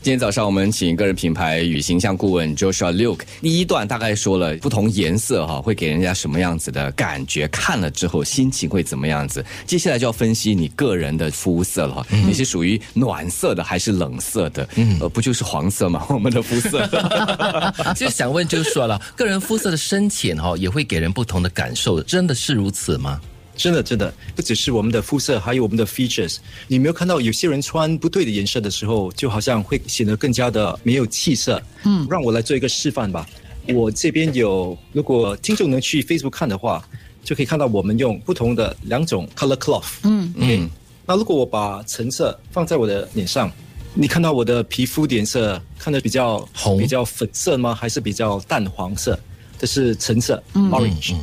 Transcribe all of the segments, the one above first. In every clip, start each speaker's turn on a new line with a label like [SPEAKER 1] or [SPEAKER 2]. [SPEAKER 1] 今天早上我们请个人品牌与形象顾问 Joshua Luke，第一段大概说了不同颜色哈、会给人家什么样子的感觉，看了之后心情会怎么样子。接下来就要分析你个人的肤色了哈、你是属于暖色的还是冷色的？呃，不就是黄色吗？我们的肤色。
[SPEAKER 2] 就想问就是说了，个人肤色的深浅哈、哦，也会给人不同的感受，真的是如此吗？
[SPEAKER 3] 真的，真的，不只是我们的肤色，还有我们的 features。你有没有看到有些人穿不对的颜色的时候，就好像会显得更加的没有气色？嗯，让我来做一个示范吧。我这边有，如果听众能去 Facebook 看的话，就可以看到我们用不同的两种 color cloth。嗯嗯。那如果我把橙色放在我的脸上，你看到我的皮肤的颜色看得比较
[SPEAKER 2] 红
[SPEAKER 3] 比较粉色吗？还是比较淡黄色？这是橙色、orange。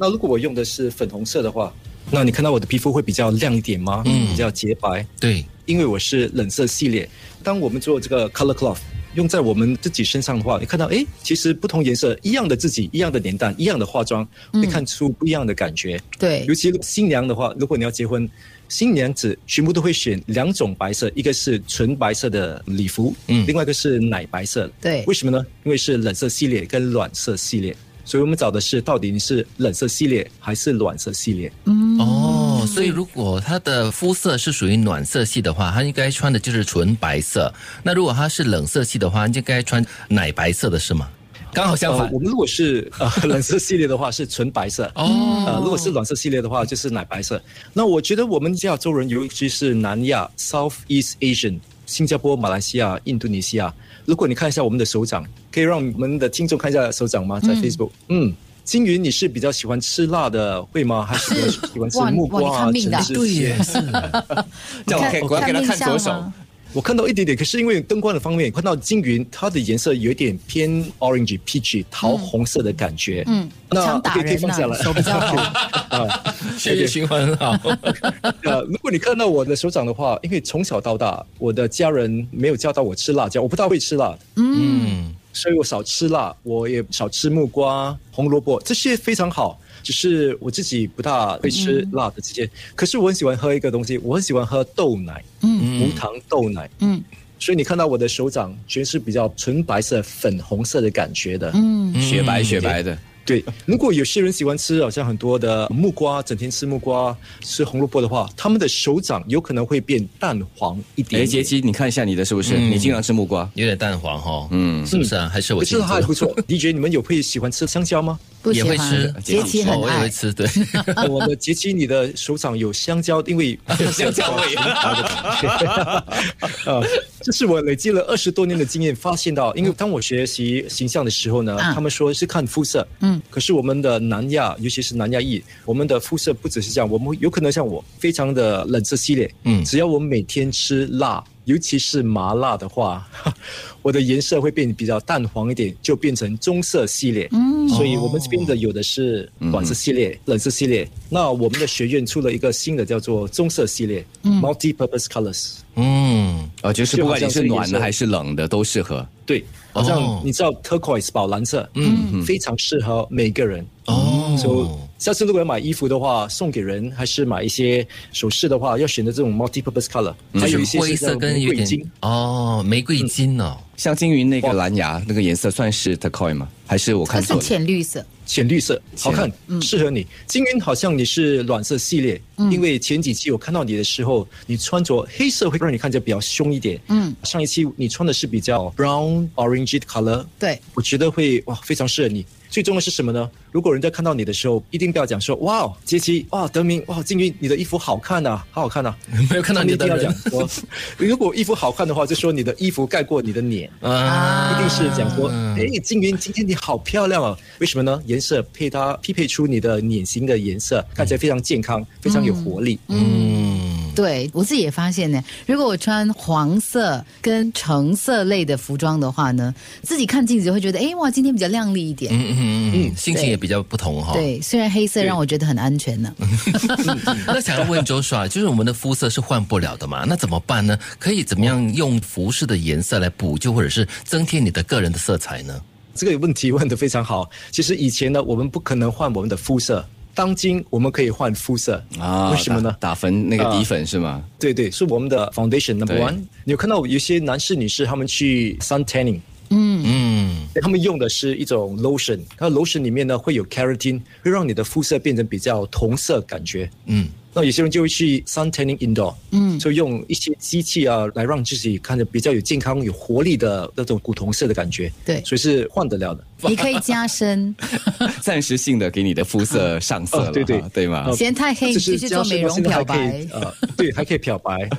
[SPEAKER 3] 那如果我用的是粉红色的话，那你看到我的皮肤会比较亮一点吗？比较洁白。
[SPEAKER 2] 对，
[SPEAKER 3] 因为我是冷色系列。当我们做这个 color cloth 用在我们自己身上的话，你看到诶，其实不同颜色、一样的自己、一样的脸蛋、一样的化妆，会看出不一样的感觉。
[SPEAKER 4] 对
[SPEAKER 3] 尤其新娘的话，如果你要结婚，新娘子全部都会选两种白色，一个是纯白色的礼服，嗯，另外一个是奶白色。
[SPEAKER 4] 对
[SPEAKER 3] 为什么呢？因为是冷色系列跟暖色系列。所以我们找的是到底你是冷色系列还是暖色系列？
[SPEAKER 4] 嗯
[SPEAKER 2] 哦，所以如果他的肤色是属于暖色系的话，他应该穿的就是纯白色；那如果他是冷色系的话，就应该穿奶白色的是吗？刚好相
[SPEAKER 3] 呃我们如果是呃 冷色系列的话，是纯白色。
[SPEAKER 2] 哦，
[SPEAKER 4] 嗯
[SPEAKER 3] 呃，如果是暖色系列的话，就是奶白色。那我觉得我们亚洲人，尤其是南亚 （Southeast Asian），新加坡、马来西亚、印度尼西亚，如果你看一下我们的手掌，可以让我们的听众看一下手掌吗？在 Facebook，嗯。金云，你是比较喜欢吃辣的，会 吗？还是比较喜欢吃
[SPEAKER 4] 哇
[SPEAKER 3] 木
[SPEAKER 4] 哇你
[SPEAKER 3] 瓜啊
[SPEAKER 4] 看？命的
[SPEAKER 3] 橙汁
[SPEAKER 2] 对耶，是
[SPEAKER 1] 这样我给
[SPEAKER 4] 你看
[SPEAKER 1] 我要给他看
[SPEAKER 4] 你看面相
[SPEAKER 1] 左手
[SPEAKER 4] 吗。
[SPEAKER 3] 我看到一点点，可是因为灯光的方面，看到金云它的颜色有一点偏 orange peach 桃红色的感觉。
[SPEAKER 4] 嗯
[SPEAKER 3] 那
[SPEAKER 4] 想打
[SPEAKER 3] OK，可以
[SPEAKER 4] 人
[SPEAKER 3] 放下
[SPEAKER 4] 呐
[SPEAKER 3] 来，
[SPEAKER 4] 手比较红
[SPEAKER 3] 啊。
[SPEAKER 2] 血液循环很好。
[SPEAKER 3] 呃，如果你看到我的手掌的话，因为从小到大，我的家人没有教导我吃辣椒，我不大会吃辣，
[SPEAKER 2] 嗯，
[SPEAKER 3] 所以我少吃辣，我也少吃木瓜、红萝卜，这些非常好。只是我自己不大会吃辣的这些，可是我很喜欢喝一个东西，我很喜欢喝豆奶，嗯，无糖豆奶，
[SPEAKER 4] 嗯
[SPEAKER 3] 所以你看到我的手掌全是比较纯白色、粉红色的感觉的。
[SPEAKER 4] 嗯，
[SPEAKER 1] 雪白雪白的，
[SPEAKER 3] 对，如果有些人喜欢吃好像很多的木瓜，整天吃木瓜、吃红萝卜的话，他们的手掌有可能会变淡黄一点
[SPEAKER 1] 哎，
[SPEAKER 3] 点。
[SPEAKER 1] 杰基，你看一下你的是不是？
[SPEAKER 2] 嗯
[SPEAKER 1] 你经常吃木瓜，
[SPEAKER 2] 有点淡黄哦，
[SPEAKER 1] 嗯
[SPEAKER 2] 嗯，是不是啊？还是我
[SPEAKER 3] 可
[SPEAKER 2] 记
[SPEAKER 3] 是还不
[SPEAKER 2] 错，
[SPEAKER 3] 错。DJ，你们有会喜欢吃香蕉吗？
[SPEAKER 4] 不喜
[SPEAKER 2] 也
[SPEAKER 4] 欢
[SPEAKER 2] 会吃，
[SPEAKER 4] 杰奇很
[SPEAKER 2] 哦我也
[SPEAKER 4] 爱
[SPEAKER 2] 会，吃，对，
[SPEAKER 3] 我们杰奇，你的手掌有香蕉，因为
[SPEAKER 1] 香蕉 味。
[SPEAKER 3] 呃，这是我累积了二十多年的经验，发现到，因为当我学习形象的时候呢，
[SPEAKER 4] 嗯
[SPEAKER 3] 他们说是看肤色，
[SPEAKER 4] 嗯，
[SPEAKER 3] 可是我们的南亚，尤其是南亚裔，我们的肤色不只是这样，我们有可能像我，非常的冷色系列，
[SPEAKER 2] 嗯
[SPEAKER 3] 只要我每天吃辣。尤其是麻辣的话， 我的颜色会变比较淡黄一点，就变成棕色系列。嗯，所以我们这边的有的是暖色系列、冷色系列。那我们的学院出了一个新的叫做棕色系列、m u l t i p u r p o s e Colors）。
[SPEAKER 2] 嗯，
[SPEAKER 1] 哦，就是不管你是暖
[SPEAKER 3] 就好像是一
[SPEAKER 1] 的
[SPEAKER 3] 个
[SPEAKER 1] 还是冷的都适合。
[SPEAKER 3] 对，好像
[SPEAKER 2] 哦
[SPEAKER 3] 你知道 turquoise 宝蓝色，嗯，非常适合每个人。
[SPEAKER 2] 哦
[SPEAKER 3] 就下次如果要买衣服的话，送给人还是买一些首饰的话，要选择这种 multi-purpose color，、还嗯
[SPEAKER 2] 嗯
[SPEAKER 3] 有一些
[SPEAKER 2] 灰
[SPEAKER 3] 是那
[SPEAKER 2] 色
[SPEAKER 3] 种
[SPEAKER 2] 跟
[SPEAKER 3] 玫
[SPEAKER 2] 有
[SPEAKER 3] 瑰
[SPEAKER 2] 点
[SPEAKER 3] 金。嗯
[SPEAKER 2] 哦，玫瑰金哦，
[SPEAKER 1] 像金云那个蓝牙那个颜色算是 turquoise 吗？还是我
[SPEAKER 4] 它
[SPEAKER 1] 看错
[SPEAKER 4] 是
[SPEAKER 1] 了？
[SPEAKER 4] 浅绿色，
[SPEAKER 2] 嗯
[SPEAKER 3] 浅绿色，好看，
[SPEAKER 4] 嗯
[SPEAKER 3] 适合你。金云好像你是暖色系列，因为前几期我看到你的时候，你穿着黑色会让你看起来比较凶一点。
[SPEAKER 4] 嗯，
[SPEAKER 3] 上一期你穿的是比较 brown orange 的 color，
[SPEAKER 4] 对，
[SPEAKER 3] 我觉得会哇非常适合你。最重要的是什么呢？如果人家看到你的时候，一定不要讲说哇杰奇哇德明哇静云你的衣服好看呐、好好看啊呐、
[SPEAKER 2] 没有看到你的
[SPEAKER 3] 嗯他们一定
[SPEAKER 2] 人
[SPEAKER 3] 要讲说，如果衣服好看的话，就说你的衣服盖过你的脸。
[SPEAKER 2] 啊嗯
[SPEAKER 3] 一定是讲说，哎，静云，今天你好漂亮哦！为什么呢？颜色配搭匹配出你的脸型的颜色，看起来非常健康，非常有活力。
[SPEAKER 2] 嗯，
[SPEAKER 4] 对我自己也发现呢，如果我穿黄色跟橙色类的服装的话呢，自己看镜子会觉得，哎哇，今天比较靓丽一点。
[SPEAKER 2] 嗯哦嗯嗯，心情也比较不同哈、，
[SPEAKER 4] 对，虽然黑色让我觉得很安全
[SPEAKER 2] 嗯
[SPEAKER 4] 呢、
[SPEAKER 2] 那想要问周爽， 就是我们的肤色是换不了的嘛？那怎么办呢？可以怎么样用服饰的颜色来补救，或者是增添你的个人的色彩呢？
[SPEAKER 3] 这个问题问得非常好。其实以前呢，我们不可能换我们的肤色。当今我们可以换肤色
[SPEAKER 1] 啊，
[SPEAKER 3] 为什么呢？
[SPEAKER 1] 打打粉那个
[SPEAKER 3] 啊
[SPEAKER 1] 底粉是吗？
[SPEAKER 3] 对对，是我们的 foundation number
[SPEAKER 1] 对
[SPEAKER 3] one。你有看到有些男士女士他们去 sun tanning，
[SPEAKER 2] 嗯，
[SPEAKER 3] 他们用的是一种 lotion，那 lotion 里面呢会有 keratin，会让你的肤色变成比较同色感觉。
[SPEAKER 2] 嗯，
[SPEAKER 3] 那有些人就会去 sun tanning indoor，嗯，就用一些机器啊来让自己看着比较有健康、有活力的那种古铜色的感觉。
[SPEAKER 4] 对
[SPEAKER 3] 所以是换得了的。
[SPEAKER 4] 你可以加深，
[SPEAKER 1] 暂时性的给你的肤色上色了，
[SPEAKER 3] 啊 哦对对
[SPEAKER 1] 哈对吗
[SPEAKER 3] 哦？
[SPEAKER 4] 嫌太黑，你
[SPEAKER 3] 只
[SPEAKER 4] 去
[SPEAKER 3] 是
[SPEAKER 4] 去
[SPEAKER 3] 加
[SPEAKER 4] 做
[SPEAKER 3] 深
[SPEAKER 4] 美容
[SPEAKER 3] 现在
[SPEAKER 4] 漂
[SPEAKER 3] 还可
[SPEAKER 4] 白
[SPEAKER 3] 以。呃，对，还可以漂白，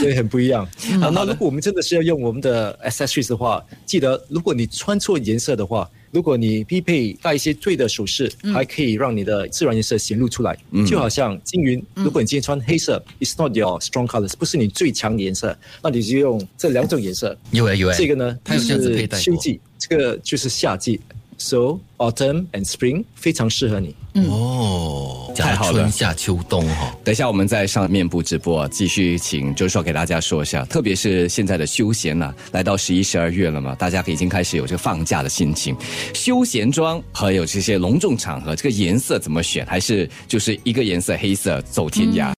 [SPEAKER 3] 所以很不一样。
[SPEAKER 4] 嗯
[SPEAKER 3] 好，那如果我们真的是要用我们的 accessories 的话，记得如果你穿错颜色的话，如果你必配戴一些对的首饰，
[SPEAKER 4] 嗯
[SPEAKER 3] 还可以让你的自然颜色显露出来。
[SPEAKER 2] 嗯
[SPEAKER 3] 就好像金云，
[SPEAKER 4] 嗯
[SPEAKER 3] 如果你今天穿黑色、i t s not your strong colors，不是你最强的颜色，那你就用这两种颜色。
[SPEAKER 2] 有哎有哎，
[SPEAKER 3] 这个呢，
[SPEAKER 2] 他有这样子佩戴
[SPEAKER 3] 是
[SPEAKER 2] 过
[SPEAKER 3] 秋季，这个就是夏季。So autumn and spring 非常适合你。
[SPEAKER 2] 哦，
[SPEAKER 3] 嗯
[SPEAKER 1] 太
[SPEAKER 2] 讲
[SPEAKER 1] 好了
[SPEAKER 2] 春夏秋冬哦，
[SPEAKER 1] 等一下，我们在上面部直播继续请周硕给大家说一下，特别是现在的休闲呐、来到十一、十二月了嘛，大家已经开始有这个放假的心情。休闲装还有这些隆重场合，这个颜色怎么选？还是就是一个颜色黑色走天涯？